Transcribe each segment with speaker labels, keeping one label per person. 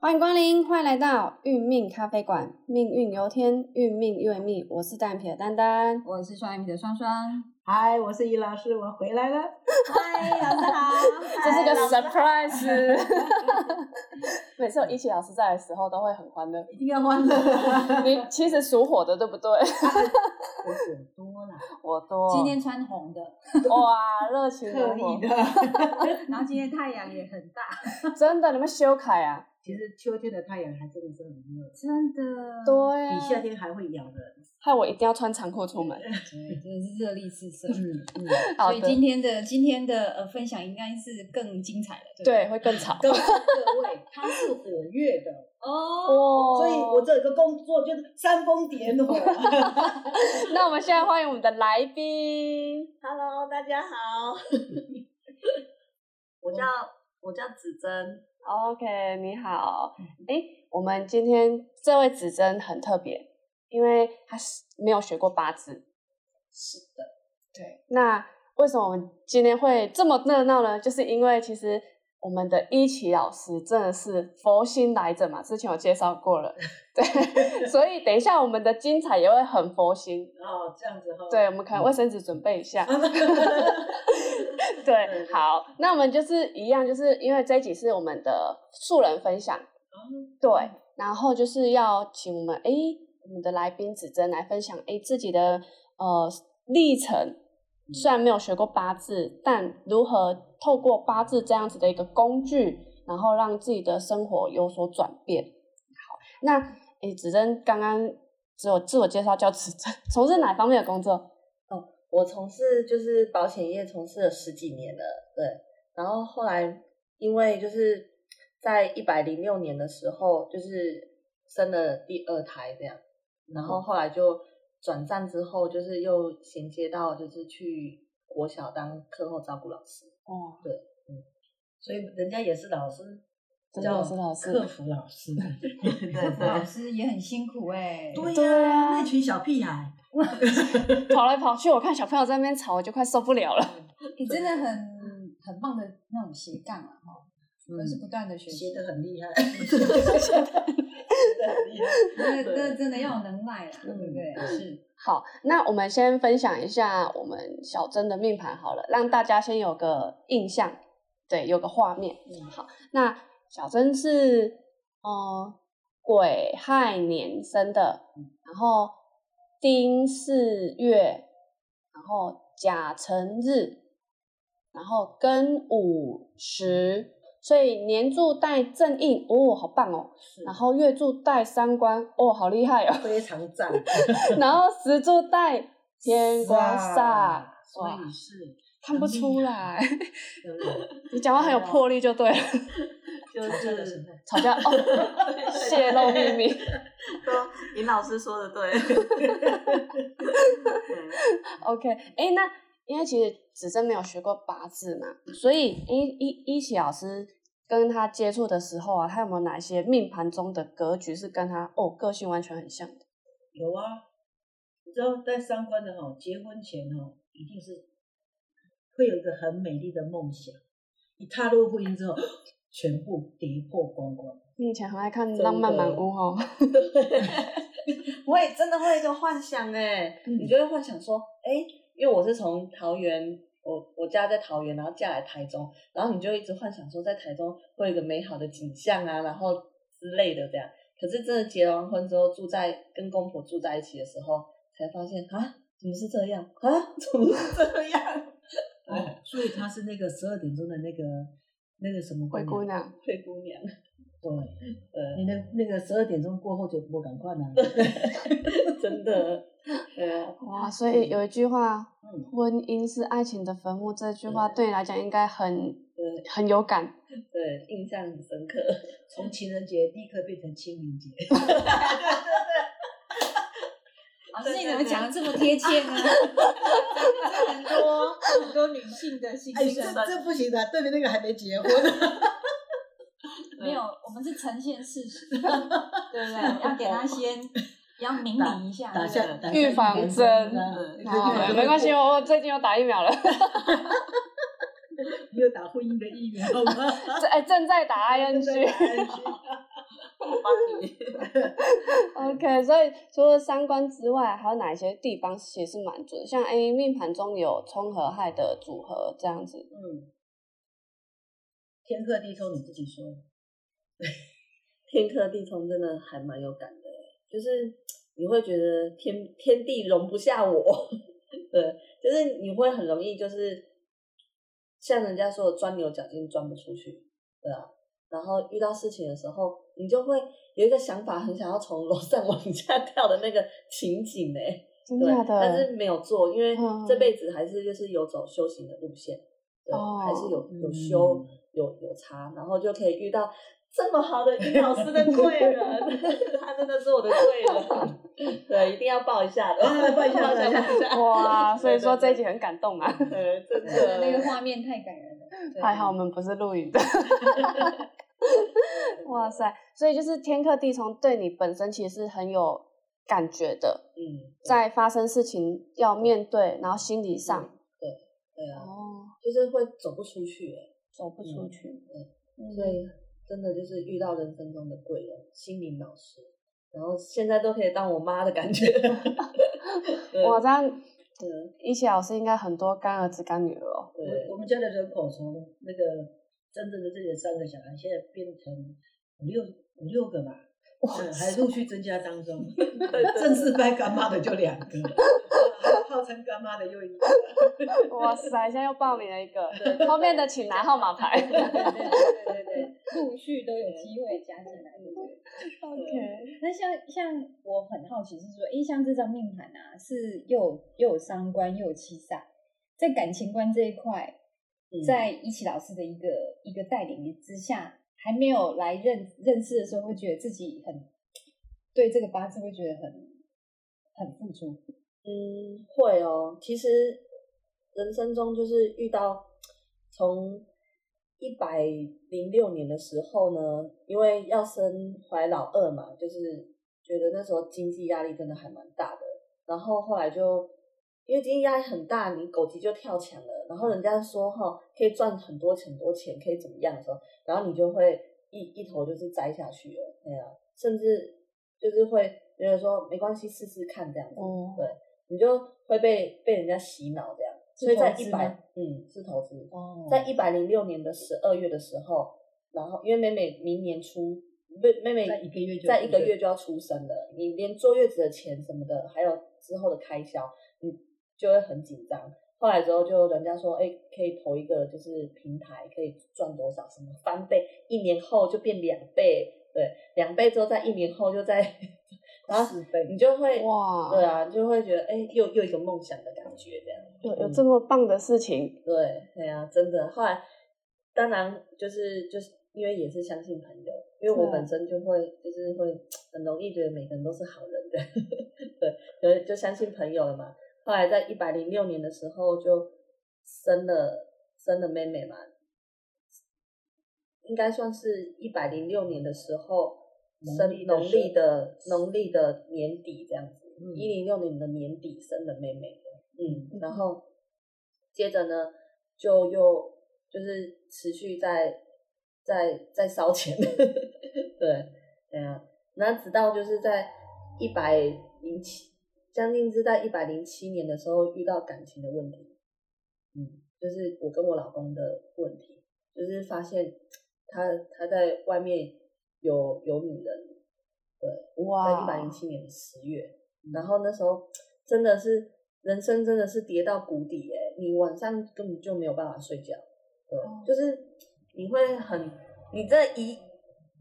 Speaker 1: 欢迎光临，欢迎来到运命咖啡馆，命运由天，运命由命。我是单眼皮的丹丹，
Speaker 2: 我是双眼皮的双双，
Speaker 3: 嗨，我是于老师，我回来了。
Speaker 2: 嗨，老师 好，
Speaker 1: 这是个 surprise。每次有一起老师在的时候，都会很欢 乐。
Speaker 3: 一定要欢乐，
Speaker 1: 你其实属火的，对不对？
Speaker 3: 我水多 了，
Speaker 1: 我多
Speaker 2: 今天穿红的，
Speaker 1: 哇，热情如
Speaker 3: 刻
Speaker 1: 火
Speaker 3: 意，的。
Speaker 2: 然后今天太阳也很大，
Speaker 1: 真的，你们修改啊？
Speaker 3: 其实秋天的太阳还真的是很热，
Speaker 2: 真的，
Speaker 1: 对
Speaker 3: 比夏
Speaker 1: 啊，
Speaker 3: 天还会咬人。
Speaker 1: 害我一定要穿长裤出 门。
Speaker 2: 对，真的是热力四 射。
Speaker 3: 嗯嗯，
Speaker 1: 好
Speaker 2: 所以今
Speaker 1: 的，
Speaker 2: 天的今天的呃分享应该是更精彩了，对不
Speaker 1: 对，
Speaker 2: 对？
Speaker 1: 会更吵。
Speaker 3: 告 诉各位，它是火月的，
Speaker 2: 哦，
Speaker 1: 哇
Speaker 3: 所以我这有个工作就是煽风点火。啊
Speaker 1: 那我们现在欢迎我们的来宾，
Speaker 4: Hello，大家好，我叫我叫子珍，
Speaker 1: OK，你好。哎，我们今天这位指针很特别，因为他是没有学过八字。
Speaker 3: 是的，
Speaker 1: 对。那为什么我们今天会这么热闹呢？就是因为其实我们的一奇老师真的是佛心来着嘛，之前有介绍过了。对。所以等一下我们的精彩也会很佛心。
Speaker 3: 哦，这样子哈。
Speaker 1: 对，我们可能卫生纸准备一下。对，
Speaker 3: 对
Speaker 1: 好，那我们就是一样，就是因为这一集是我们的素人分享，
Speaker 3: 哦
Speaker 1: 对，
Speaker 3: 嗯
Speaker 1: 然后就是要请我们诶，我们的来宾子珍来分享诶自己的呃历程，
Speaker 3: 嗯
Speaker 1: 虽然没有学过八字，但如何透过八字这样子的一个工具，然后让自己的生活有所转变。好，那诶，子珍刚刚只有自我介绍叫子珍，从事哪方面的工作？
Speaker 4: 我从事就是保险业，从事了十几年了，对。然后后来因为就是在一百零六年的时候，就是生了第二胎这样，然
Speaker 3: 嗯
Speaker 4: 后后来就转战之后，就是又衔接到就是去国小当课后照顾老师，
Speaker 1: 哦，
Speaker 3: 所以人家也是老师，
Speaker 1: 真的是老师
Speaker 3: 叫客服老 师。 对
Speaker 2: 老师也很辛苦哎，
Speaker 3: 对
Speaker 1: 对
Speaker 3: 呀，
Speaker 1: 啊
Speaker 3: 那群小屁孩。
Speaker 1: 跑来跑去，我看小朋友在那边吵，我就快受不了了。
Speaker 2: 你真的很很棒的那种斜杠啊，哈，都是不断的学习
Speaker 3: 学，的很厉害， 学的很厉害。
Speaker 2: 那
Speaker 3: 对
Speaker 2: 那真的要有能耐啦，对
Speaker 3: 嗯
Speaker 2: 不对？是，
Speaker 1: 好，那我们先分享一下我们小珍的命盘好了，让大家先有个印象，对，有个画面。好，那小珍是呃癸亥年生的，然后丁巳月，然后甲辰日，然后庚午时，所以年柱带正印，哦，好棒哦！然后月柱带三官，哦，好厉害哦！
Speaker 3: 啊非常赞，
Speaker 1: 然后石柱带天官煞，
Speaker 3: 所以是
Speaker 1: 看不出来，
Speaker 3: 对不 对
Speaker 1: 你讲话很有魄力就对了。
Speaker 4: 就
Speaker 3: 吵架的时
Speaker 4: 是
Speaker 3: 候
Speaker 1: 吵架哦，泄露秘密。
Speaker 4: 说尹老师说的 对。对
Speaker 1: OK，哎，那因为其实子珍没有学过八字嘛，所以哎一一起老师跟他接触的时候啊，他有没有哪些命盘中的格局是跟他哦个性完全很像的？
Speaker 3: 有啊。你知道在三观的哦，结婚前哦，一定是会有一个很美丽的梦想。一踏入婚姻之后，全部跌破光光。
Speaker 1: 你以前很爱看《
Speaker 3: 的
Speaker 1: 浪漫满屋》哦，
Speaker 4: 我也真的会有一个幻想哎、
Speaker 3: 嗯
Speaker 4: 你就会幻想说，哎、因为我是从桃园，我我家在桃园，然后嫁来台中，然后你就一直幻想说在台中会有一个美好的景象啊，然后之类的这样。可是真的结完婚之后，住在跟公婆住在一起的时候，才发现啊，怎么是这样啊，怎么是这样？
Speaker 3: 哦，所以他是那个十二点钟的那个那个什么
Speaker 1: 灰姑
Speaker 3: 娘
Speaker 1: 娘。
Speaker 4: 灰姑娘，
Speaker 3: 对，
Speaker 4: 呃，
Speaker 3: 你的那个十二点钟过后就不赶快了。
Speaker 4: 真的，呃，
Speaker 1: 哇，所以有一句话
Speaker 3: 嗯，
Speaker 1: “婚姻是爱情的坟墓”，这句话对你来讲应该很
Speaker 4: 对
Speaker 1: 很有感。
Speaker 4: 对，印象很深刻。
Speaker 3: 从情人节立刻变成清明节。
Speaker 2: 老师你怎么讲的这么贴切呢？很多很多女性的心
Speaker 3: 哎，这
Speaker 2: 声，
Speaker 3: 这不行的，对面那个还没结婚。
Speaker 2: 没有，我们是呈现事实，对不对？要给他先要明理一下，
Speaker 3: 打
Speaker 2: 对不
Speaker 3: 下
Speaker 2: 对
Speaker 3: 打下
Speaker 1: 预防
Speaker 3: 一点
Speaker 1: 针
Speaker 3: 啊
Speaker 4: 嗯
Speaker 2: 对
Speaker 1: 哦，没 关系，我我最近有打疫 苗了，
Speaker 3: 你有打婚姻的疫苗吗？
Speaker 1: 正哎正在打
Speaker 3: 真的
Speaker 1: ING。
Speaker 3: 打 ING
Speaker 4: 我帮你。
Speaker 1: OK，所以除了三观之外，还有哪一些地方其实是蛮准？像 A 命盘中有冲和害的组合这样子，
Speaker 3: 嗯，天克地冲你自己说，
Speaker 4: 天克地冲真的还蛮有感的，欸就是你会觉得天天地容不下我， 对，就是你会很容易就是像人家说的钻牛角尖钻不出去，对啊。然后遇到事情的时候，你就会有一个想法，很想要从楼上往下跳的那个情景欸呢、
Speaker 1: 真
Speaker 4: 对
Speaker 1: 的假，的？
Speaker 4: 但是没有做，因为
Speaker 1: 嗯
Speaker 4: 这辈子还是就是有走修行的路线，对，
Speaker 1: 哦
Speaker 4: 还是有有
Speaker 3: 嗯
Speaker 4: 修、有有差，然后就可以遇到这么好的殷老师的贵人， 他真的是我的贵人，对，一定要抱一下的，
Speaker 3: 啊抱一下 抱
Speaker 4: 抱一下，
Speaker 3: 一下
Speaker 4: 抱一下，
Speaker 1: 哇，所以说这一
Speaker 4: 对
Speaker 1: 集很感动啊！
Speaker 4: 对对真
Speaker 2: 真的
Speaker 4: 的
Speaker 2: 那个画面太感人了。对
Speaker 1: 还好我们不是录影的。哇塞，所以就是天克地冲对你本身其实是很有感觉的，
Speaker 4: 嗯，
Speaker 1: 在发生事情要面对，然后心理上
Speaker 4: 对啊，
Speaker 1: 哦
Speaker 4: 就是会走不出去、欸，
Speaker 1: 走不出去，
Speaker 4: 所以真的就是遇到人生中的贵人，心灵老师，然后现在都可以当我妈的感觉， 对
Speaker 1: 哇，这样
Speaker 4: 嗯。
Speaker 1: 一起老师应该很多干儿子干女儿 哦。
Speaker 4: 对
Speaker 3: 我我们家的人口从那个真正的这里三个小孩，现在变成五六五六个吧，嗯还陆续增加当中。正式拜干妈的就两个，号称干妈的又一个。
Speaker 1: 哇塞，现在又报名了一个，后面的请拿号码牌。
Speaker 2: 对对对对对，陆续都有机会加进来，对不对？
Speaker 1: OK，
Speaker 2: 那像像我很好奇是说，诶，像这张命盘啊，是又有又有伤官又有七煞，在感情观这一块，在一起老师的一个一个带领之下，还没有来认认识的时候，会觉得自己很对这个八字会觉得很很付出，
Speaker 4: 嗯，会哦。其实人生中就是遇到从一百零六年的时候呢，因为要生怀老二嘛，就是觉得那时候经济压力真的还蛮大的。然后后来就因为经济压力很大，你狗急就跳墙了。然后人家说哈、可以赚很多很多钱，可以怎么样的时候，然后你就会一一头就是栽下去了，对啊，甚至就是会觉得说没关系，试试看这样子。
Speaker 1: 哦
Speaker 4: 你就会被被人家洗脑这样。
Speaker 2: 是
Speaker 4: 所以在
Speaker 2: 投资
Speaker 4: 一百
Speaker 2: 吗，
Speaker 4: 嗯，是投资，
Speaker 2: 哦
Speaker 4: 在一百零六年的十二月的时候，然后因为妹妹明年初，妹妹妹
Speaker 3: 在一个月就
Speaker 4: 在一个月就要出生了，你连坐月子的钱什么的，还有之后的开销，你就会很紧张。后来之后就人家说，哎、可以投一个就是平台，可以赚多少什么翻倍，一年后就变两倍，对，两倍之后在一年后就在，然后
Speaker 3: 四倍
Speaker 4: 你，就会
Speaker 1: 哇，
Speaker 4: 对啊，就会觉得哎、又又一个梦想的感觉这样。
Speaker 1: 有有这么棒的事情，
Speaker 4: 对，对啊，真的。后来当然就是就是因为也是相信朋友，因为我
Speaker 3: 啊
Speaker 1: 对
Speaker 4: 本身就会就是会很容易觉得每个人都是好人的，对，就就相信朋友了嘛。后来在一百零六年的时候就生了生了妹妹嘛，应该算是一百零六年的时候
Speaker 3: 农历
Speaker 4: 生
Speaker 3: 的
Speaker 4: 农历
Speaker 3: 生
Speaker 4: 的农历的年底这样子
Speaker 3: 嗯，
Speaker 4: 一零六年的年底生的妹妹嗯，然后接着呢就又就是持续在在在烧钱， 对，对啊，那直到就是在一百零七，将近是在一百零七年的时候遇到感情的问题，嗯，就是我跟我老公的问题，就是发现他他在外面有有女人，对，在一
Speaker 1: 哇
Speaker 4: 百零七年的十月，然后那时候真的是人生真的是跌到谷底哎、你晚上根本就没有办法睡觉，对，就是你会很，你这一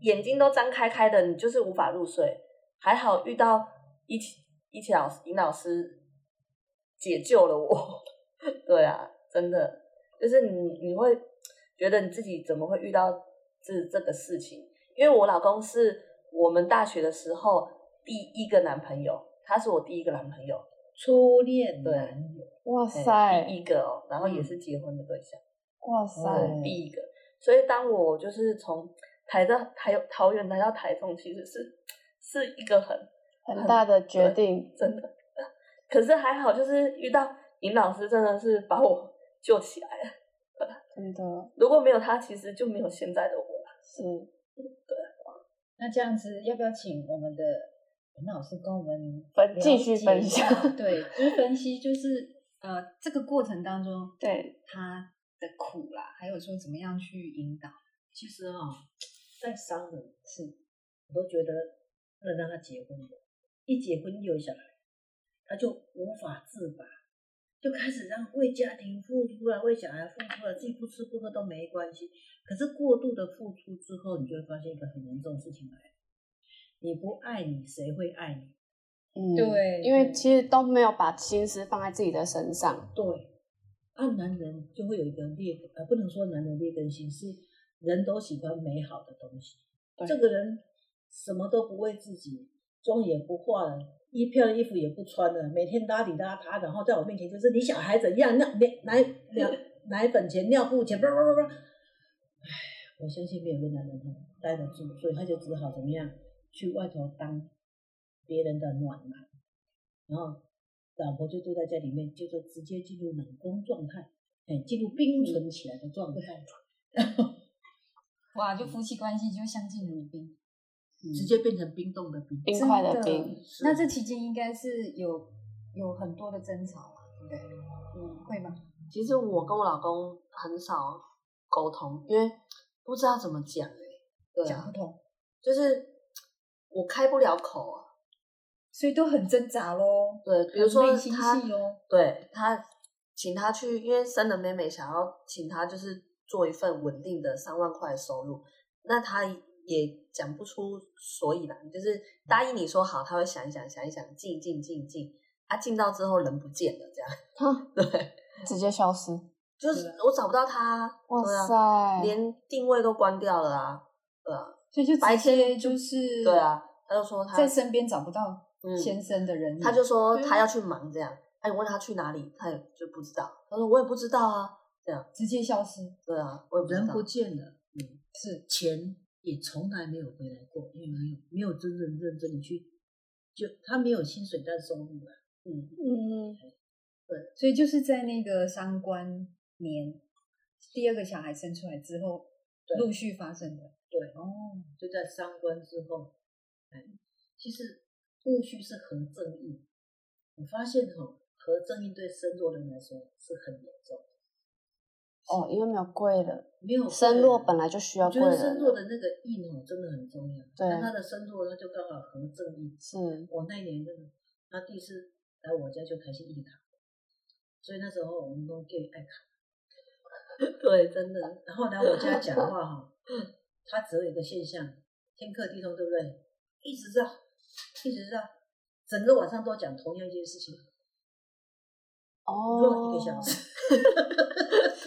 Speaker 4: 眼睛都张开开的，你就是无法入睡。还好遇到一起一起老师尹老师解救了我， 对啊，真的就是你你会觉得你自己怎么会遇到这这个事情？因为我老公是我们大学的时候第一个男朋友，他是我第一个男朋友，
Speaker 3: 初恋男友，嗯
Speaker 1: 哇
Speaker 4: 嘿
Speaker 1: 塞
Speaker 4: 第一个哦，然后也是结婚的对象。
Speaker 1: 哇塞，
Speaker 3: 哦
Speaker 4: 第一个。所以当我就是从台到台桃园来到台中，其实是是一个很
Speaker 1: 很大的决定，
Speaker 4: 真的，可是还好，就是遇到尹老师，真的是把我救起来了。
Speaker 1: 真的
Speaker 4: 如果没有他，其实就没有现在的我了。
Speaker 1: 是
Speaker 2: 那这样子，要不要请我们的文老师跟我们
Speaker 1: 分
Speaker 2: 了
Speaker 1: 继续
Speaker 2: 解
Speaker 1: 分
Speaker 2: 一
Speaker 1: 享
Speaker 2: 下对，就是分析，就是呃，这个过程当中，
Speaker 1: 对
Speaker 2: 他的苦啦，还有说怎么样去引导，
Speaker 3: 其实啊、在商人
Speaker 2: 是
Speaker 3: 我都觉得不能让他结婚的，一结婚有小孩，他就无法自拔，就开始让为家庭付出了，为小孩付出了，自己不吃不喝都没关系。可是过度的付出之后，你就会发现一个很严重的事情来了，你不爱你，谁会爱你？
Speaker 1: 嗯
Speaker 2: 对
Speaker 1: 因为
Speaker 2: 对
Speaker 1: 其实都没有把心思放在自己的身上，
Speaker 3: 对，啊，男人就会有一个劣，呃，不能说男人劣根性，是人都喜欢美好的东西。
Speaker 1: 对
Speaker 3: 这个人什么都不为自己，妆也不化了，衣漂亮衣服也不穿了，每天邋里邋遢，然后在我面前就是你小孩怎样，尿奶奶奶奶粉钱、尿布钱，叭叭叭叭。唉，我相信没有一个男人能待得住，所以他就只好怎么样，去外头当别人的暖男，然后老婆就住在家里面，就是直接进入冷宫状态，哎，进入
Speaker 4: 嗯
Speaker 3: 冰存起来的状态，嗯
Speaker 2: 哇，就夫妻关系就相敬如宾。
Speaker 3: 直接变成冰冻的嗯冰。
Speaker 1: 冰块
Speaker 2: 真的
Speaker 1: 冰，
Speaker 2: 那这期间应该是有有很多的争吵嘛，对不对？嗯，会吗？
Speaker 4: 其实我跟我老公很少沟通，
Speaker 1: 因为
Speaker 4: 不知道怎么讲哎、对
Speaker 2: 讲
Speaker 4: 啊，
Speaker 2: 不通，
Speaker 4: 就是我开不了口啊。
Speaker 2: 所以都很挣扎喽。
Speaker 4: 对，比如说
Speaker 2: 内心
Speaker 4: 他
Speaker 2: 戏哦，
Speaker 4: 对他请他去，因为生了妹妹，想要请他就是做一份稳定的三万块收入，那他也讲不出所以然，就是答应你说好，他会想一想，想一想，静静静静，他静啊到之后人不见了，这样，
Speaker 1: 哈
Speaker 2: 哦
Speaker 4: 对，
Speaker 1: 直接消失，
Speaker 4: 就是我找不到他，
Speaker 1: 哇
Speaker 4: 对啊，
Speaker 1: 塞，
Speaker 4: 连定位都关掉了啊，对啊，
Speaker 2: 所以就
Speaker 4: 白
Speaker 2: 直
Speaker 4: 天
Speaker 2: 接就是
Speaker 4: 对啊，他就说他
Speaker 2: 在身边找不到
Speaker 4: 嗯
Speaker 2: 先生的人影，
Speaker 4: 他就说
Speaker 2: 对
Speaker 4: 他要去忙这样，哎，你问他去哪里，他也就不知道，他说我也不知道啊，
Speaker 2: 直接消失，
Speaker 4: 对啊，我也不知道
Speaker 3: 人，不见了，嗯，
Speaker 2: 是
Speaker 3: 钱也从来没有回来过，因为没有没有真正认真的去，就他没有薪水但收入啊，嗯，
Speaker 1: 嗯，
Speaker 2: 所以就是在那个三观年，第二个小孩生出来之后，
Speaker 3: 对
Speaker 2: 陆续发生的。
Speaker 3: 对
Speaker 2: 哦，
Speaker 3: 就在三观之后，哎，其实戊戌是合正义，我发现哈、哦，合正义对身弱的人来说是很严重的，
Speaker 1: 哦，因为没有贵人，
Speaker 3: 没有
Speaker 1: 身弱本来就需要
Speaker 3: 嗯我觉
Speaker 1: 贵
Speaker 3: 得身
Speaker 1: 人
Speaker 3: 弱
Speaker 1: 了，
Speaker 3: 的那个硬哦，真的很重要。
Speaker 1: 对
Speaker 3: 那他的身弱，他就刚好合正义。
Speaker 1: 是
Speaker 3: 我那一年真的，他第一次来我家就开始硬扛，所以那时候我们哎都给爱扛。
Speaker 4: 对，真的，
Speaker 3: 然后来我家讲话哈、嗯他只有一个现象，天克地通，对不对？一直绕，一直绕，整个晚上都讲同样一件事情，绕
Speaker 1: 哦
Speaker 3: 一个，小时。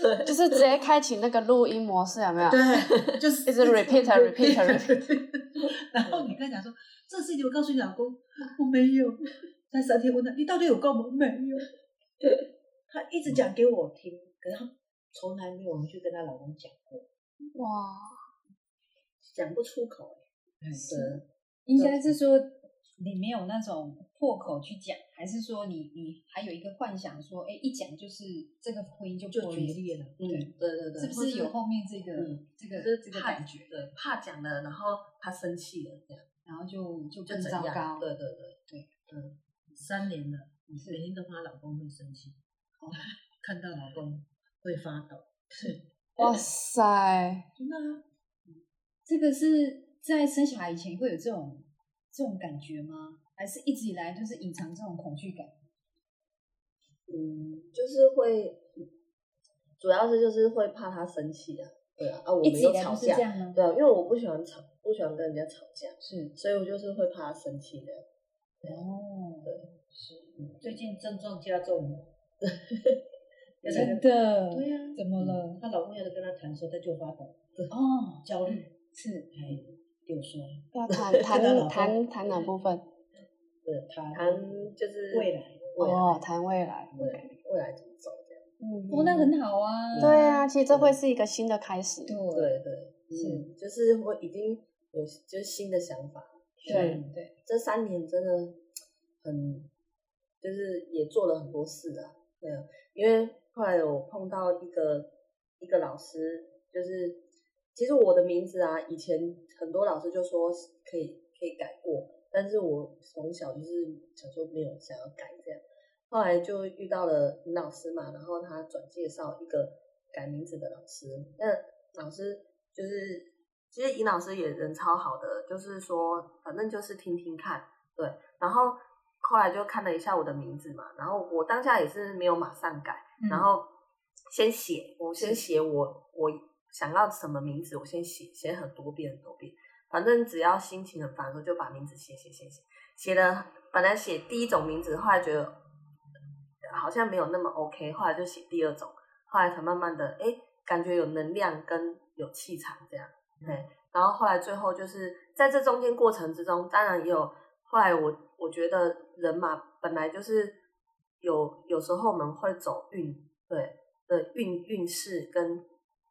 Speaker 1: 就是直接开启那个录音模式，有没有？
Speaker 3: 对， 就是
Speaker 1: 哦一直 repeat 啊 repeat
Speaker 3: repeat。然 后你跟他讲说这事情，我告诉你老公，我没有。在三天问他，你到底有告我没有？ 他一直讲给我听，可是他从来没有去跟她老公讲过。
Speaker 1: 哇，
Speaker 4: 讲不出口，
Speaker 3: 嗯，
Speaker 4: 对，
Speaker 2: 应该是说你没有那种破口去讲，还是说你你还有一个幻想说，哎，一讲就是这个婚姻就
Speaker 3: 就
Speaker 2: 破
Speaker 3: 举例
Speaker 2: 裂，
Speaker 3: 了，
Speaker 4: 嗯，
Speaker 2: 对
Speaker 4: 对对对，
Speaker 2: 是不
Speaker 4: 或
Speaker 2: 是有后面这个、
Speaker 4: 嗯
Speaker 2: 这个
Speaker 4: 就是
Speaker 2: 这个
Speaker 4: 怕
Speaker 2: 感觉？
Speaker 4: 对怕讲了，然后他生气了，这样
Speaker 2: 然后就就
Speaker 4: 就
Speaker 2: 更
Speaker 4: 怎
Speaker 2: 糟
Speaker 4: 样？
Speaker 2: 糕，嗯
Speaker 4: 对对对，
Speaker 3: 三年了，每天都怕老公会生气，
Speaker 2: 哦
Speaker 3: 看到老公会发抖。
Speaker 1: 哇塞，
Speaker 3: 真的啊，
Speaker 2: 这个是在生小孩以前会有这种这种感觉吗？还是一直以来就是隐藏这种恐惧感？
Speaker 4: 嗯，就是会，嗯主要是就是会怕他生气啊，对啊，啊，我
Speaker 2: 一
Speaker 4: 们
Speaker 2: 直以
Speaker 4: 又
Speaker 2: 来
Speaker 4: 吵
Speaker 2: 都是
Speaker 4: 架
Speaker 2: 这，样吗？
Speaker 4: 对啊，因为我不喜欢吵，不喜欢跟人家吵架，
Speaker 2: 是
Speaker 4: 所以我就是会怕他生气的，
Speaker 2: 哦，
Speaker 3: 最近症状加重了，要来
Speaker 2: 真的，啊
Speaker 3: 对呀、
Speaker 2: 怎么了？
Speaker 3: 她老公要是跟她谈说，她就发抖、
Speaker 2: 哦，
Speaker 3: 焦虑，
Speaker 2: 是
Speaker 3: 哎，有说
Speaker 1: 要 谈
Speaker 3: 看到
Speaker 1: 谈
Speaker 3: 老
Speaker 1: 谈
Speaker 3: 公
Speaker 1: 谈哪部分？
Speaker 4: 对，
Speaker 3: 谈
Speaker 4: 谈就是
Speaker 3: 未来，
Speaker 4: 未来
Speaker 1: 哦，谈未来，
Speaker 4: 对未来怎么走这样，
Speaker 1: 嗯
Speaker 2: 哦，那很好
Speaker 3: 嗯
Speaker 2: 啊。
Speaker 1: 对啊，其实这会是一个新的开始，
Speaker 2: 对
Speaker 4: 对对，嗯，就是我已经有就是新的想法，
Speaker 2: 对
Speaker 3: 嗯
Speaker 2: 对，
Speaker 4: 这三年真的很，就是也做了很多事啊，对啊，因为后来有碰到一个一个老师，就是其实我的名字啊，以前很多老师就说是可以可以改过，但是我从小就是想说没有想要改这样。后来就遇到了林老师嘛，然后他转介绍一个改名字的老师，那老师就是其实尹老师也人超好的，就是说反正就是听听看，对。然后后来就看了一下我的名字嘛，然后我当下也是没有马上改，
Speaker 2: 嗯
Speaker 4: 然后先写，我先写我我想要什么名字，我先写，写很多遍很多遍，反正只要心情很烦的时候就把名字写写写写，写了本来写第一种名字，后来觉得好像没有那么 OK，后来就写第二种，后来才慢慢的哎感觉有能量跟有气场这样，
Speaker 2: 嗯
Speaker 4: 对，然后后来最后就是在这中间过程之中，当然也有后来我我觉得人嘛本来就是有有时候我们会走运，对的运运势跟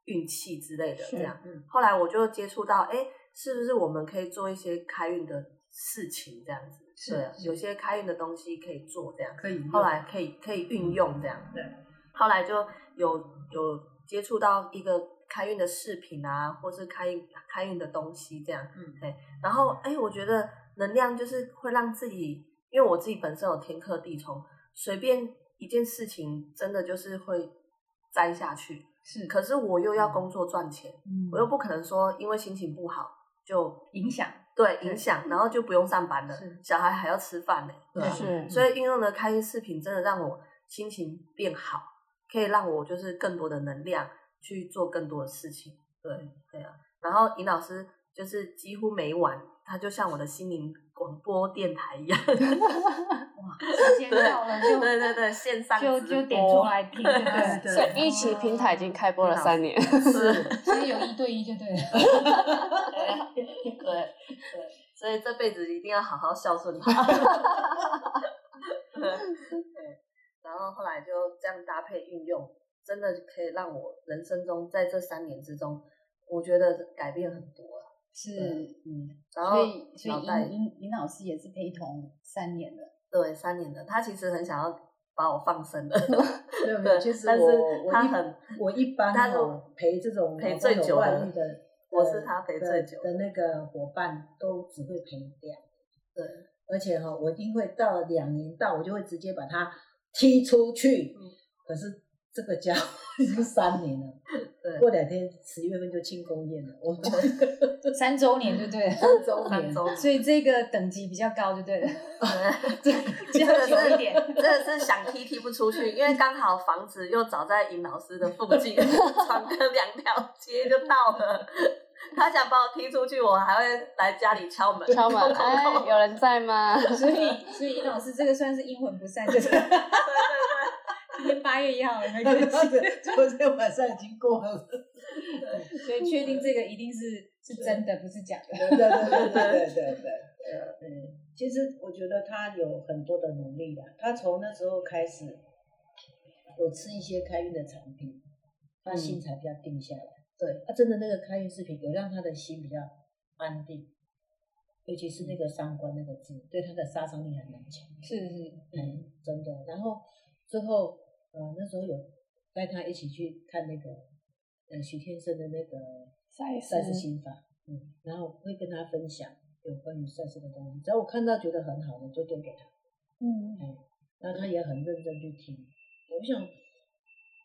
Speaker 4: 运气之类的
Speaker 2: 是
Speaker 4: 这样。
Speaker 3: 嗯，
Speaker 4: 后来我就接触到，哎，是不是我们可以做一些开运的事情这样子？
Speaker 2: 是
Speaker 4: 对，啊有些开运的东西可以做这样。
Speaker 3: 可以用。
Speaker 4: 后来可以可以运用这样。
Speaker 3: 对。
Speaker 4: 后来就有有接触到一个开运的饰品啊，或是开运开运的东西这样。
Speaker 3: 嗯，
Speaker 4: 然后哎、我觉得能量就是会让自己，因为我自己本身有天克地冲，随便一件事情真的就是会栽下去。
Speaker 2: 是
Speaker 4: 可是我又要工作赚钱，
Speaker 2: 嗯
Speaker 4: 我又不可能说因为心情不好就
Speaker 2: 影响
Speaker 4: 对
Speaker 2: 对
Speaker 4: 影响，然后就不用上班了
Speaker 2: 是，
Speaker 4: 小孩还要吃饭呢、对吧、
Speaker 1: 是
Speaker 4: 所以运用的开心视频真的让我心情变好，可以让我就是更多的能量去做更多的事情。对对啊，然后尹老师就是几乎每晚，他就像我的心灵广播电台一样，
Speaker 2: 时间到了就
Speaker 4: 对对对，线上
Speaker 2: 就
Speaker 4: 直
Speaker 2: 就点
Speaker 4: 播
Speaker 2: 出来听，对不
Speaker 3: 对
Speaker 4: 哦
Speaker 1: 所以一起平台已经开播了三年，
Speaker 4: 是，
Speaker 2: 所以有一对一就对了。
Speaker 4: 对对，所以这辈子一定要好好孝顺他。 对，然后后来就这样搭配运用，真的可以让我人生中在这三年之中，我觉得改变很多了。
Speaker 2: 是，
Speaker 4: 嗯，然后
Speaker 2: 所以所
Speaker 4: 脑
Speaker 2: 以
Speaker 4: 袋
Speaker 2: 尹尹尹老师也是陪同三年的，
Speaker 4: 对三年了，他其实很想要把我放生 的，
Speaker 3: 没有没有，
Speaker 4: 对
Speaker 3: 其实
Speaker 4: 但是
Speaker 3: 我我
Speaker 4: 他
Speaker 3: 一
Speaker 4: 很
Speaker 3: 我一般
Speaker 4: 他是
Speaker 3: 哦陪这种
Speaker 4: 陪
Speaker 3: 老公
Speaker 4: 最
Speaker 3: 有
Speaker 4: 久
Speaker 3: 外
Speaker 4: 的
Speaker 3: 遇的，
Speaker 4: 我
Speaker 3: 呃
Speaker 4: 是他陪
Speaker 3: 的
Speaker 4: 最久
Speaker 3: 的那个伙伴，都只会陪两，
Speaker 4: 对，
Speaker 2: 嗯
Speaker 3: 而且哈、我一定会到两年到，我就会直接把他踢出去。
Speaker 4: 嗯
Speaker 3: 可是这个家 伙已经三年了，
Speaker 4: 对
Speaker 3: 过两天十月份就庆功宴了，我们
Speaker 2: 三周年就对了。
Speaker 3: 三周
Speaker 4: 三
Speaker 3: 年，
Speaker 4: 周
Speaker 2: 所以这个等级比较高 就对了，
Speaker 4: 对，
Speaker 2: 比较
Speaker 4: 这
Speaker 2: 久
Speaker 4: 个
Speaker 2: 一
Speaker 4: 是
Speaker 2: 点。
Speaker 4: 真的是想踢踢不出去，因为刚好房子又找在尹老师的附近，闯个两条街就到了。他想把我踢出去，我还会来家里敲门，
Speaker 1: 敲门，
Speaker 4: 叩 叩
Speaker 1: 哎，
Speaker 4: 叩
Speaker 1: 有人在吗？
Speaker 2: 所以所以尹老师这个算是阴魂不散，就是今天八月一号了，
Speaker 3: 那
Speaker 2: 没关
Speaker 3: 他
Speaker 2: 系。
Speaker 3: 的昨天晚上已经过了，
Speaker 2: 所以确定这个一定是是真的，不是假 的。
Speaker 3: 对对对对对对对。嗯，其实我觉得他有很多的努力啦。他从那时候开始有吃一些开运的产品，他心才比较定下来。对，他、真的那个开运视频有让他的心比较安定，尤其是那个三观那个字，对他的杀伤力还蛮强。
Speaker 2: 是是，
Speaker 3: 嗯，真的。然后之后，呃，那时候有带他一起去看那个，呃，徐天生的那个
Speaker 1: 赛
Speaker 3: 赛事心法，嗯，然后会跟他分享有关于赛事的东西，只要我看到觉得很好的，就丢给他，
Speaker 2: 嗯，
Speaker 3: 哎，然后他也很认真去听。我想，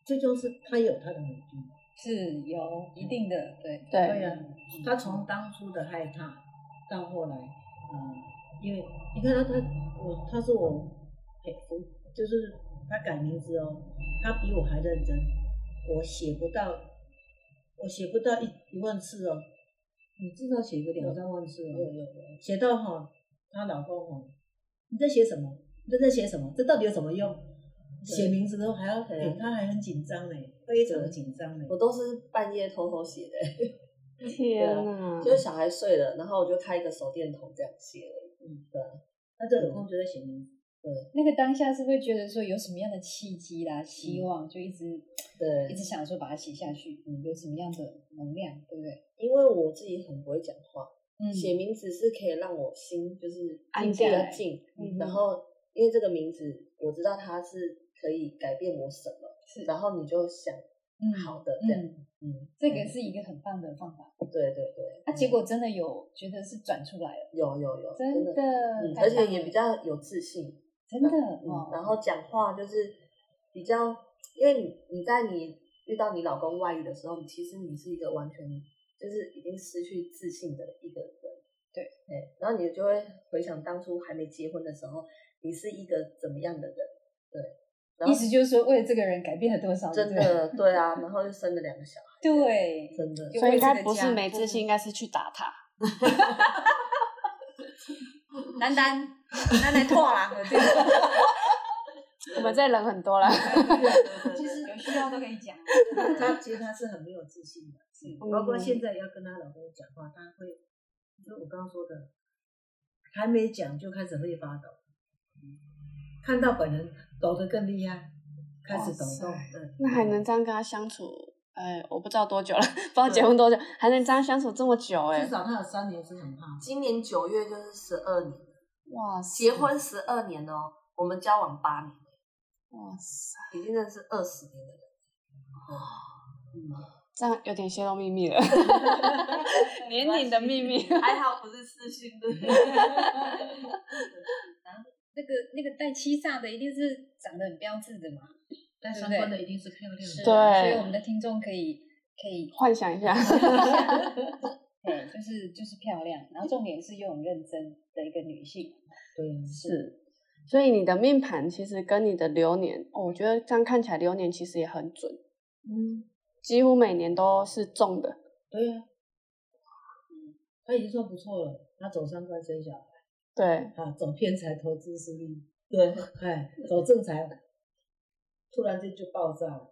Speaker 3: 最终是他有他的目的，
Speaker 2: 是有一定的对。
Speaker 1: 对，
Speaker 3: 呀、他从当初的害怕到后来，嗯，因为你看他他我他是我佩服，就是他改名字哦，他比我还认真，我写不到，我写不到一一万次哦，你至少写个两三万次哦，写到哈、她老公哈、你在写什么？你在写什么？这到底有什么用？写名字都还要，
Speaker 4: 对
Speaker 3: 欸、他还很紧张呢，非常紧张呢。
Speaker 4: 我都是半夜偷偷写的，
Speaker 1: 天哪！
Speaker 4: 就是小孩睡了，然后我就开一个手电筒这样写了。嗯，对啊，
Speaker 3: 他这个工作在写名字，
Speaker 2: 那个当下是会觉得说有什么样的契机啦，希望就一直呃一
Speaker 4: 对，
Speaker 2: 直想说把它写下去，嗯，有什么样的能量，对不对？
Speaker 4: 因为我自己很不会讲话，
Speaker 2: 嗯
Speaker 4: 写名字是可以让我心就是
Speaker 1: 安
Speaker 4: 静
Speaker 1: 下
Speaker 4: 的
Speaker 1: 来
Speaker 4: 静，
Speaker 1: 嗯
Speaker 4: 然后因为这个名字，我知道它是可以改变我什么，
Speaker 2: 是
Speaker 4: 然后你就想
Speaker 2: 嗯
Speaker 4: 好的这样。
Speaker 2: 嗯，
Speaker 4: 嗯，
Speaker 2: 这个是一个很棒的方法。啊
Speaker 4: 对对对，啊
Speaker 2: 那、结果真的有觉得是转出来了，
Speaker 4: 有有有，
Speaker 2: 真的
Speaker 4: 的，嗯，
Speaker 2: 太
Speaker 4: 而
Speaker 2: 棒
Speaker 4: 且也
Speaker 2: 了
Speaker 4: 比较有自信，
Speaker 2: 真的
Speaker 4: 嗯
Speaker 2: 哦，，
Speaker 4: 然后讲话就是比较，因为你你在你遇到你老公外遇的时候，你其实你是一个完全就是已经失去自信的一个人，
Speaker 2: 对
Speaker 4: 对，然后你就会回想当初还没结婚的时候，你是一个怎么样的人，对，然
Speaker 2: 意
Speaker 4: 后
Speaker 2: 思就是说为了这个人改变了多少，
Speaker 4: 真
Speaker 2: 对不
Speaker 4: 的对啊，然后又生了两个小孩，
Speaker 2: 对对，
Speaker 4: 真的，
Speaker 2: 有
Speaker 1: 所以
Speaker 2: 为
Speaker 1: 应
Speaker 2: 这
Speaker 1: 该
Speaker 2: 个
Speaker 1: 不是
Speaker 2: 家
Speaker 1: 没自信，应该是去打他。
Speaker 2: 丹 丹，丹丹拓啦，对，
Speaker 1: 我们这人很多啦，
Speaker 2: 其实有需要都可以讲。
Speaker 3: 她其实她是很没有自信的，包括现在要跟她老公讲话，她会，就我刚刚说的，还没讲就开始会发抖，看到本人抖得更厉害，开始抖动
Speaker 2: 哇塞，
Speaker 3: 嗯，
Speaker 1: 那还能这样跟他相 处？哎，我不知道多久了， 不知道结婚多久，还能这样相处这么久？哎
Speaker 3: 至，少她有三年是很怕，
Speaker 4: 今年九月就是十二年，
Speaker 2: 哇塞，
Speaker 4: 结婚十二年哦，我们交往八年，
Speaker 1: 哇塞，
Speaker 4: 已经认识二十年的人，
Speaker 1: 这样有点泄露秘密了， 年龄的秘密。
Speaker 4: 还好不是私信的。
Speaker 2: 那个那个带七煞的一定是长得很标致的嘛，
Speaker 3: 但
Speaker 2: 对
Speaker 3: 相
Speaker 2: 不对啊
Speaker 3: 关的一定是漂亮
Speaker 2: 嗯
Speaker 3: 的，
Speaker 1: 对
Speaker 2: 所以我们的听众可以可以
Speaker 1: 幻想一下，
Speaker 2: 对，就是就是漂亮，然后重点是又很认真的一个女性，
Speaker 3: 对，
Speaker 1: 是，所以你的命盘其实跟你的流年，哦我觉得这样看起来流年其实也很准，
Speaker 3: 嗯，
Speaker 1: 几乎每年都是中的。
Speaker 3: 对呀、啊，她已经算不错了，她走三关生小孩。
Speaker 1: 对，
Speaker 3: 啊，走偏财投资失利，对， 哎，走正财，突然间就爆炸了。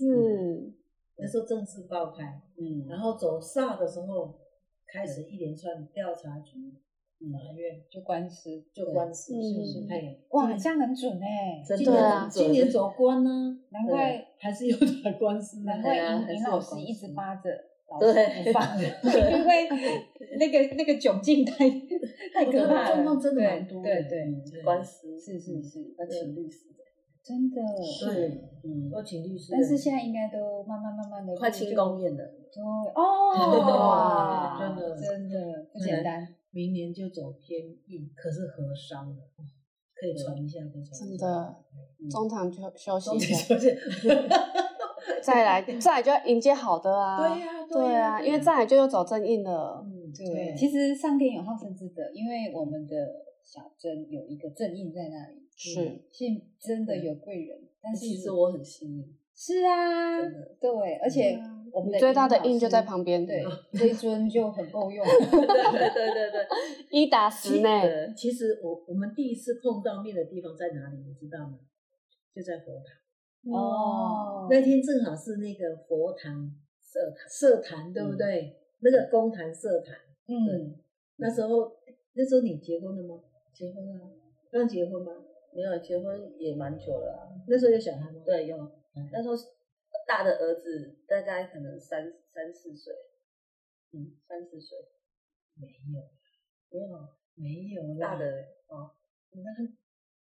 Speaker 3: 嗯
Speaker 1: 是，
Speaker 3: 那时候正式爆开，
Speaker 4: 嗯
Speaker 3: 然后走煞的时候，开始一连串调查局、法院
Speaker 2: 就官司。
Speaker 3: 就官司，
Speaker 1: 嗯
Speaker 3: 是不是？哎，
Speaker 2: 哇，这样很准哎、
Speaker 4: 真
Speaker 3: 今
Speaker 1: 对
Speaker 3: 年、
Speaker 1: 啊
Speaker 4: 的，啊
Speaker 3: 今年走官呢，
Speaker 2: 难怪
Speaker 3: 还是有打官司 呢
Speaker 2: 难怪
Speaker 4: 对啊还
Speaker 2: 尹
Speaker 4: 是
Speaker 2: 尹
Speaker 4: 有
Speaker 2: 老师
Speaker 4: 关
Speaker 2: 一直
Speaker 4: 系
Speaker 2: 扒着老师
Speaker 4: 对
Speaker 2: 不放， 因为那个那个窘境 太太
Speaker 3: 我
Speaker 2: 可
Speaker 3: 觉
Speaker 2: 怕
Speaker 3: 得
Speaker 2: 了，
Speaker 3: 状况真的
Speaker 2: 对
Speaker 3: 蛮多的，
Speaker 2: 对对，
Speaker 3: 嗯
Speaker 4: 官，司
Speaker 2: 是是是，
Speaker 4: 要请律师，
Speaker 2: 真的。
Speaker 3: 对，
Speaker 4: 嗯，
Speaker 3: 要请律师。
Speaker 2: 但是现在应该都慢慢慢慢的
Speaker 4: 快清宫宴了，
Speaker 2: 对哦，
Speaker 1: 哇
Speaker 3: 真的
Speaker 2: 真的不简单，
Speaker 3: 明年就走偏印，可是合伤了，可以传一下，可以传
Speaker 1: 真
Speaker 3: 一下。
Speaker 1: 的，中场就休息
Speaker 3: 中
Speaker 1: 一
Speaker 3: 间
Speaker 1: 下，
Speaker 3: 休息。
Speaker 1: 再来，再来就要迎接好的啊。
Speaker 3: 对呀、
Speaker 1: 对啊，因为再来就又走正印了。
Speaker 3: 嗯，
Speaker 2: 对，其实上天有好生之德，因为我们的小珍有一个正印在那里，
Speaker 1: 是，
Speaker 2: 是真的有贵人，但是
Speaker 4: 其实我很 幸运，
Speaker 2: 是啊
Speaker 4: 真的，
Speaker 2: 对，而且我们
Speaker 1: 你最大的
Speaker 2: 印
Speaker 1: 印就在旁边，
Speaker 2: 对，这一尊就很够用，
Speaker 4: 对对对对
Speaker 1: 一打十呢。
Speaker 4: 对，
Speaker 3: 其实我我们第一次碰到面的地方在哪里，你知道吗？就在佛堂。
Speaker 1: 嗯
Speaker 2: 哦
Speaker 3: 那天正好是那个佛堂社坛社坛，对
Speaker 1: 嗯
Speaker 3: 不对？那个公坛社坛，
Speaker 2: 嗯，
Speaker 3: 那时候那时候你结婚了吗？结婚了、啊，刚结婚吗？
Speaker 4: 没有结婚也蛮久了啊，
Speaker 3: 那时候有小孩吗？
Speaker 4: 对，有那时候大的儿子大概可能三三四岁，嗯，三四岁，
Speaker 3: 没有，没有啦
Speaker 4: 大的。哦，
Speaker 3: 你那个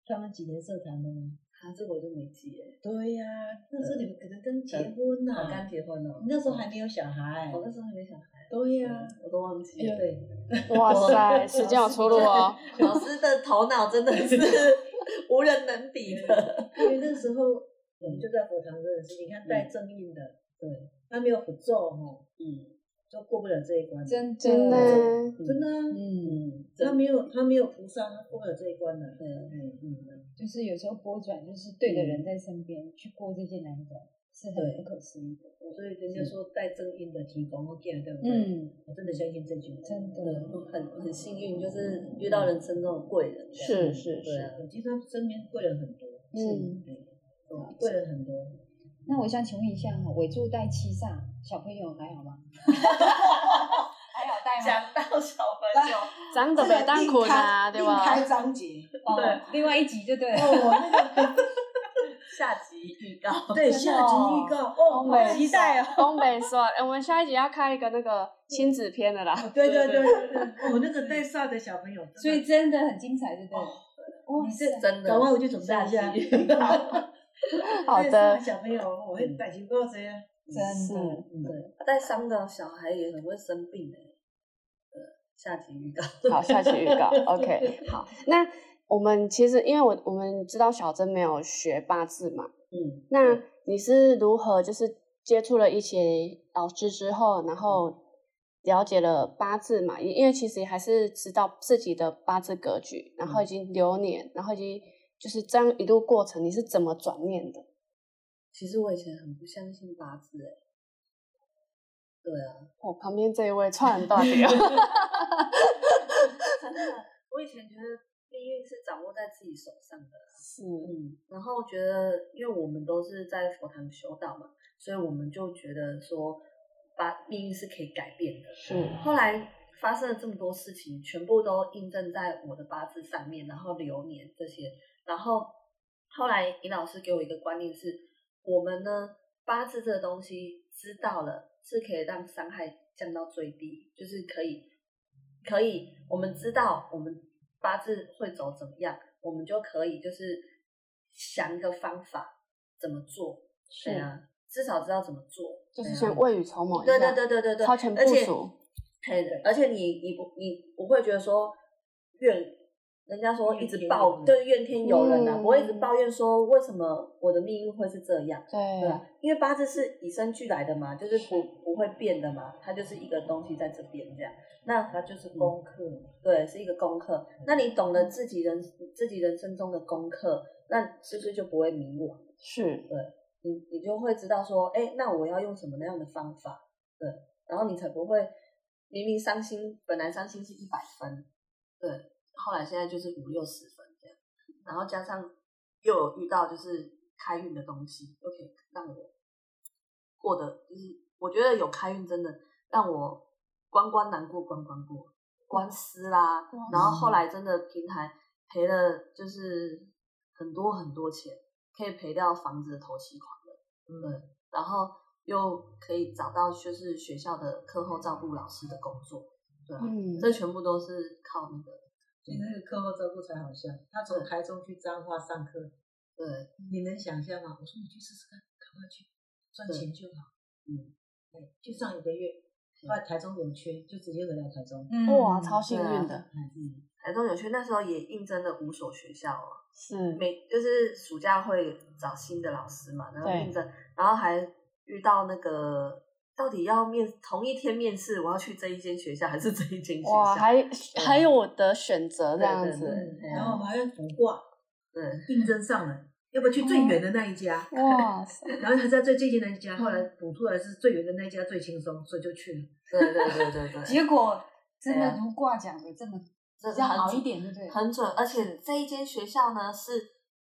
Speaker 3: 他们几年社团的吗？
Speaker 4: 他这个我就没记耶，
Speaker 3: 对呀、那时候你们可能刚结婚呐、
Speaker 4: 我刚结婚了
Speaker 3: 你，那时候还没有小孩。
Speaker 4: 我那时候还没小孩，
Speaker 3: 对呀、
Speaker 4: 我都忘记了。
Speaker 3: 对，
Speaker 1: 哇塞，时间有出路哦。
Speaker 4: 老师的头脑真的 是无人能比的，
Speaker 3: 因为那时候我们就在佛堂认识，你看带正印的，对，他没有符咒哈，
Speaker 4: 嗯，
Speaker 3: 就过不了这一关，
Speaker 2: 真的
Speaker 1: 真的，
Speaker 3: 真的啊，
Speaker 2: 嗯，
Speaker 3: 他没有他没有菩萨，他过不了这一关的，
Speaker 4: 嗯
Speaker 3: 嗯嗯，
Speaker 2: 就是有时候拨转，就是对的人在身边去过这些难关，是很不可思议的。
Speaker 3: 所以人家说带正印的提供 OK 对不对？
Speaker 2: 嗯，
Speaker 3: 我真的相信这句话，
Speaker 2: 真的
Speaker 4: 我很很幸运，就是遇到人生这种贵人这
Speaker 1: 是
Speaker 4: 样，
Speaker 1: 是
Speaker 4: 对啊
Speaker 1: 是，
Speaker 3: 我记得他身边贵人很多，
Speaker 1: 嗯
Speaker 3: 对，哦贵人很多，
Speaker 2: 那我想请问一下哈，尾柱带七煞，小朋友还好 吗？还好带吗？
Speaker 4: 讲到小朋友，
Speaker 1: 长得北当捆啊，对吧？
Speaker 3: 章节，
Speaker 2: 哦，另外一集就对了。
Speaker 3: 哦，那个
Speaker 4: 下集预告，
Speaker 3: 对，
Speaker 2: 真的
Speaker 3: 下集
Speaker 2: 哦
Speaker 3: 预告哦，
Speaker 1: 东北
Speaker 3: 好期待哦！
Speaker 1: 东北说，哎，我们下一集要开一个那个亲子篇的啦。
Speaker 3: 哦对对对对对，哦，那个带煞的小朋友，
Speaker 2: 所以真的很精彩，对不对？哇
Speaker 3: 你
Speaker 2: 塞
Speaker 3: 是！
Speaker 4: 真的，啊
Speaker 3: 赶快我去准备一下
Speaker 4: 下集预告，
Speaker 1: 好的
Speaker 3: 小朋友，我会带去过谁啊？
Speaker 2: 真的
Speaker 1: 是
Speaker 3: 嗯
Speaker 4: 对，带伤的小孩也很会生病哎、对，下集预告。
Speaker 1: 好，下期预告，OK，好，那我们其实因为我我们知道小珍没有学八字嘛，
Speaker 3: 嗯，
Speaker 1: 那你是如何就是接触了一些老师之后，然
Speaker 4: 嗯
Speaker 1: 后了解了八字嘛？因因为其实还是知道自己的八字格局，然
Speaker 4: 嗯
Speaker 1: 后已经流年，然后已经就是这样一路过程，你是怎么转念的？
Speaker 4: 其实我以前很不相信八字哎、对啊，
Speaker 1: 我、旁边这一位串到 底啊，
Speaker 4: 真的，我以前觉得命运是掌握在自己手上的。
Speaker 1: 是
Speaker 4: 嗯，然后觉得，因为我们都是在佛堂修道嘛，所以我们就觉得说，把命运是可以改变的。
Speaker 1: 是
Speaker 4: 后来发生了这么多事情，全部都印证在我的八字上面，然后流年这些，然后后来尹老师给我一个观念是，我们呢八字这个东西知道了是可以让伤害降到最低，就是可以可以我们知道我们八字会走怎么样，我们就可以就是想一个方法怎么做，对
Speaker 1: 是，
Speaker 4: 啊，至少知道怎么做，
Speaker 1: 就是
Speaker 4: 对啊
Speaker 1: 先未雨绸缪一下，
Speaker 4: 对对对对对对，
Speaker 1: 超前
Speaker 4: 而
Speaker 1: 部
Speaker 4: 且
Speaker 1: 署，
Speaker 4: 嘿，而且你你不你不会觉得说怨，人家说一直
Speaker 3: 怨天尤
Speaker 4: 抱
Speaker 3: 人
Speaker 4: 对怨天尤人啊，
Speaker 1: 嗯
Speaker 4: 不会一直抱怨说为什么我的命运会是这样，对
Speaker 1: 对
Speaker 4: 啊，因为八字是与生俱来的嘛，就是不不会变的嘛，它就是一个东西在这边这样，那它就是功
Speaker 3: 功课嘛
Speaker 4: 对，是一个功课。那你懂了自己人自己人生中的功课，那是不是就不会迷惘？
Speaker 1: 是
Speaker 4: 你你就会知道说，哎、那我要用什么那样的方法，对，然后你才不会明明伤心，本来伤心是一百分，对，后来现在就是五六十分这样，然后加上又有遇到就是开运的东西，又可以让我过得就是我觉得有开运真的让我关关难过关关过，官司啦，然后后来真的平台赔了就是很多很多钱。可以赔掉房子的头期款的，
Speaker 1: 嗯
Speaker 4: 对，然后又可以找到就是学校的课后照顾老师的工作，对啊，
Speaker 1: 嗯
Speaker 4: 这全部都是靠那个，
Speaker 3: 你那个课后照顾才好笑，他从台中去彰化上课，
Speaker 4: 对，
Speaker 3: 你能想象吗？我说你去试试看，赶快去赚钱就好。
Speaker 4: 嗯，
Speaker 3: 哎，就上一个月，后来台中有缺，就直接回来台中。
Speaker 4: 嗯
Speaker 1: 哇，超幸
Speaker 4: 啊
Speaker 1: 运的，
Speaker 3: 嗯，
Speaker 4: 台中有去那时候也应征了五所学校哦，
Speaker 1: 是
Speaker 4: 每就是暑假会找新的老师嘛，然后
Speaker 1: 对
Speaker 4: 应征，然后还遇到那个到底要面同一天面试，我要去这一间学校还是这一间学校？
Speaker 1: 哇，还还有我的选择这样
Speaker 4: 对
Speaker 1: 子，
Speaker 4: 对
Speaker 3: 嗯然后我们还要卜卦，
Speaker 4: 对，
Speaker 3: 应征上了，要不要去最远的那一家？
Speaker 1: 哇塞，
Speaker 3: 然后还在最接近的那一家，后来补出来是最远的那一家最轻松，所以就去了。
Speaker 4: 对对对对 对，
Speaker 2: 结果真
Speaker 4: 对
Speaker 2: 的
Speaker 4: 啊
Speaker 2: 如卦讲的，真的
Speaker 4: 这
Speaker 2: 比较
Speaker 4: 很
Speaker 2: 好
Speaker 4: 准
Speaker 2: 一点，对不对？
Speaker 4: 很准，而且这一间学校呢是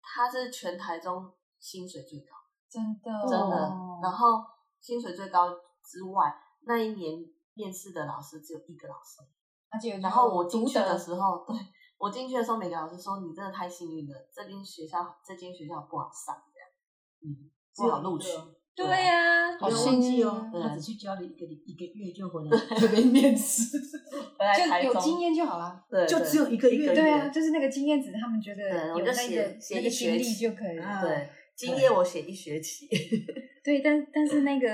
Speaker 4: 它是全台中薪水最高，
Speaker 2: 真的
Speaker 4: 真的。
Speaker 2: 哦
Speaker 4: 然后薪水最高之外，那一年面试的老师只有一个老师，
Speaker 2: 而且
Speaker 4: 然后我进去的
Speaker 2: 候，
Speaker 4: 时候， 对我进去的时候，每个老师说你真的太幸运了，这间学校这间学校不好上，这样，嗯，不好录取，
Speaker 2: 对
Speaker 4: 啊
Speaker 2: 呀、
Speaker 1: 好
Speaker 3: 不要
Speaker 1: 幸
Speaker 3: 哦忘记
Speaker 1: 运
Speaker 3: 哦，
Speaker 4: 对
Speaker 3: 他只去教了一个礼一个月就回来这边面试，
Speaker 4: 回来台
Speaker 2: 就有
Speaker 4: 中
Speaker 2: 经，验就好了。
Speaker 4: 对，
Speaker 3: 就
Speaker 4: 对
Speaker 3: 只有一个
Speaker 4: 一个
Speaker 3: 月。
Speaker 4: 月
Speaker 2: 对啊，就是那个经验值，他们觉得
Speaker 4: 对我
Speaker 2: 有
Speaker 4: 就
Speaker 2: 那
Speaker 4: 写
Speaker 2: 个
Speaker 4: 写
Speaker 2: 那
Speaker 4: 一
Speaker 2: 个
Speaker 4: 学
Speaker 2: 经历
Speaker 4: 期嗯
Speaker 2: 就可以了。
Speaker 3: 啊
Speaker 4: 对经验我写一学期，
Speaker 2: 对，但但是那个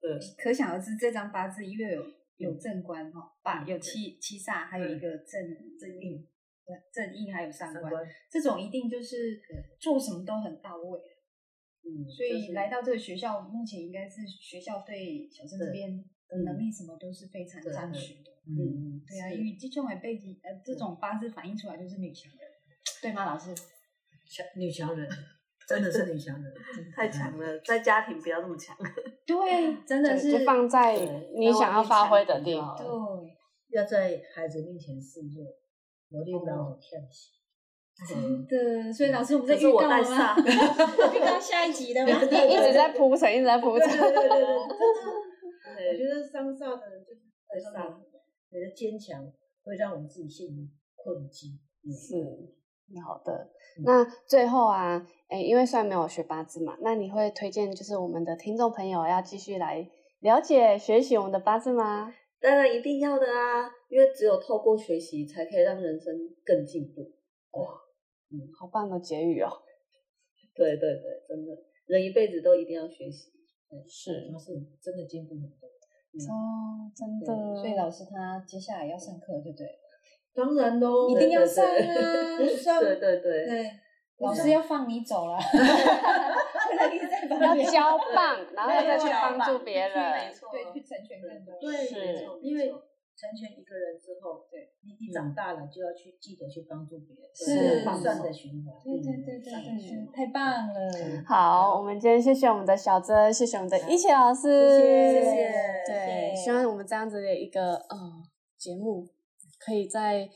Speaker 4: 对
Speaker 2: 可想而知，这张八字因为有有正官哈、哦，把有七七煞，还有一个正正印，对正印还有上官，这种一定就是做什么都很到位。啊
Speaker 4: 嗯，
Speaker 2: 所
Speaker 4: 就
Speaker 2: 以
Speaker 4: 是
Speaker 2: 来到这个学校，目前应该是学校对小郑这边的能力什么都是非常
Speaker 4: 对
Speaker 2: 赞许的。
Speaker 3: 嗯，
Speaker 2: 对啊，因为这种背景，呃，这种八字反映出来就是女强人，对吗，老师？
Speaker 3: 强女强人，真的是女强人，
Speaker 4: 太
Speaker 2: 嗯
Speaker 4: 强了，在家庭不要这么强。
Speaker 2: 对，真的
Speaker 1: 对
Speaker 2: 是
Speaker 1: 就放 在
Speaker 4: 对
Speaker 1: 哎你想要发挥的地
Speaker 4: 在外面想
Speaker 1: 方。
Speaker 4: 就好
Speaker 2: 对，
Speaker 3: 要在孩子面前示弱，磨练到我跳起。嗯
Speaker 2: 真的。所以老师，我们
Speaker 4: 可
Speaker 2: 在
Speaker 4: 是
Speaker 2: 遇
Speaker 4: 我
Speaker 2: 到
Speaker 4: 带
Speaker 2: 了吗？
Speaker 4: 上，
Speaker 2: 遇到下一集了吗？
Speaker 1: 你 一 直在铺陈，一直在铺
Speaker 3: 对对
Speaker 1: 陈。
Speaker 3: 对对对，真的。我
Speaker 4: 对
Speaker 3: 觉得商少的人就是
Speaker 4: 对
Speaker 3: 他
Speaker 4: 上
Speaker 3: 们觉得坚强，会让我们自己陷入困境。嗯，
Speaker 1: 是，好的。
Speaker 3: 嗯
Speaker 1: 那最后啊，哎，因为虽然没有学八字嘛，那你会推荐就是我们的听众朋友要继续来了解学习我们的八字吗？
Speaker 4: 当然一定要的啊，因为只有透过学习，才可以让人生更进步。
Speaker 1: 好棒的结语哦！
Speaker 4: 对对对，真的，人一辈子都一定要学习。
Speaker 1: 是
Speaker 3: 他是真的进步很多。
Speaker 1: 哦，真
Speaker 2: 嗯对
Speaker 1: 的，
Speaker 2: 所以老师他接下来要上课，对不对？
Speaker 3: 当然喽，
Speaker 2: 一定要上
Speaker 4: 对对
Speaker 2: 啊！
Speaker 3: 不上，
Speaker 4: 对对对，
Speaker 3: 对，
Speaker 2: 老师要放你走啊 了，你在 旁
Speaker 1: 要
Speaker 2: 边
Speaker 1: 交棒，然后再去
Speaker 4: 对
Speaker 1: 帮
Speaker 4: 交
Speaker 1: 助
Speaker 4: 棒
Speaker 1: 别
Speaker 4: 没
Speaker 1: 人，
Speaker 4: 错，
Speaker 2: 对去成全更多。
Speaker 3: 对，
Speaker 1: 是
Speaker 3: 没错因为成全一个人之后，对你你长大了就要去记得去帮助别人，
Speaker 2: 嗯是
Speaker 3: 这是善的循环。
Speaker 2: 对对对对对，嗯太棒了！
Speaker 1: 好，我们今天谢谢我们的小珍，谢谢我们的一奇老师，
Speaker 2: 谢
Speaker 4: 谢谢
Speaker 1: 对，希望我们这样子的一个呃节目，可以在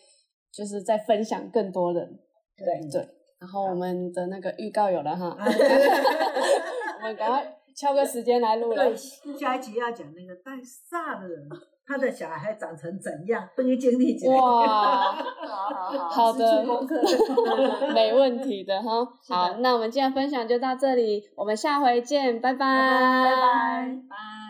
Speaker 1: 就是再分享更多人，
Speaker 2: 对
Speaker 1: 对。然后我们的那个预告有了哈，
Speaker 3: 啊对
Speaker 1: 我们赶快敲个时间来录了。
Speaker 3: 对，下一集要讲那个带煞的人，他的小孩长成怎样，都会经历怎样。
Speaker 1: 哇，
Speaker 4: 好好好，
Speaker 1: 好的
Speaker 3: 是做功课
Speaker 1: 没问题的哈。
Speaker 3: 是的
Speaker 1: 好，那我们今天的分享就到这里，我们下回见，拜拜
Speaker 4: 拜拜。
Speaker 2: 拜。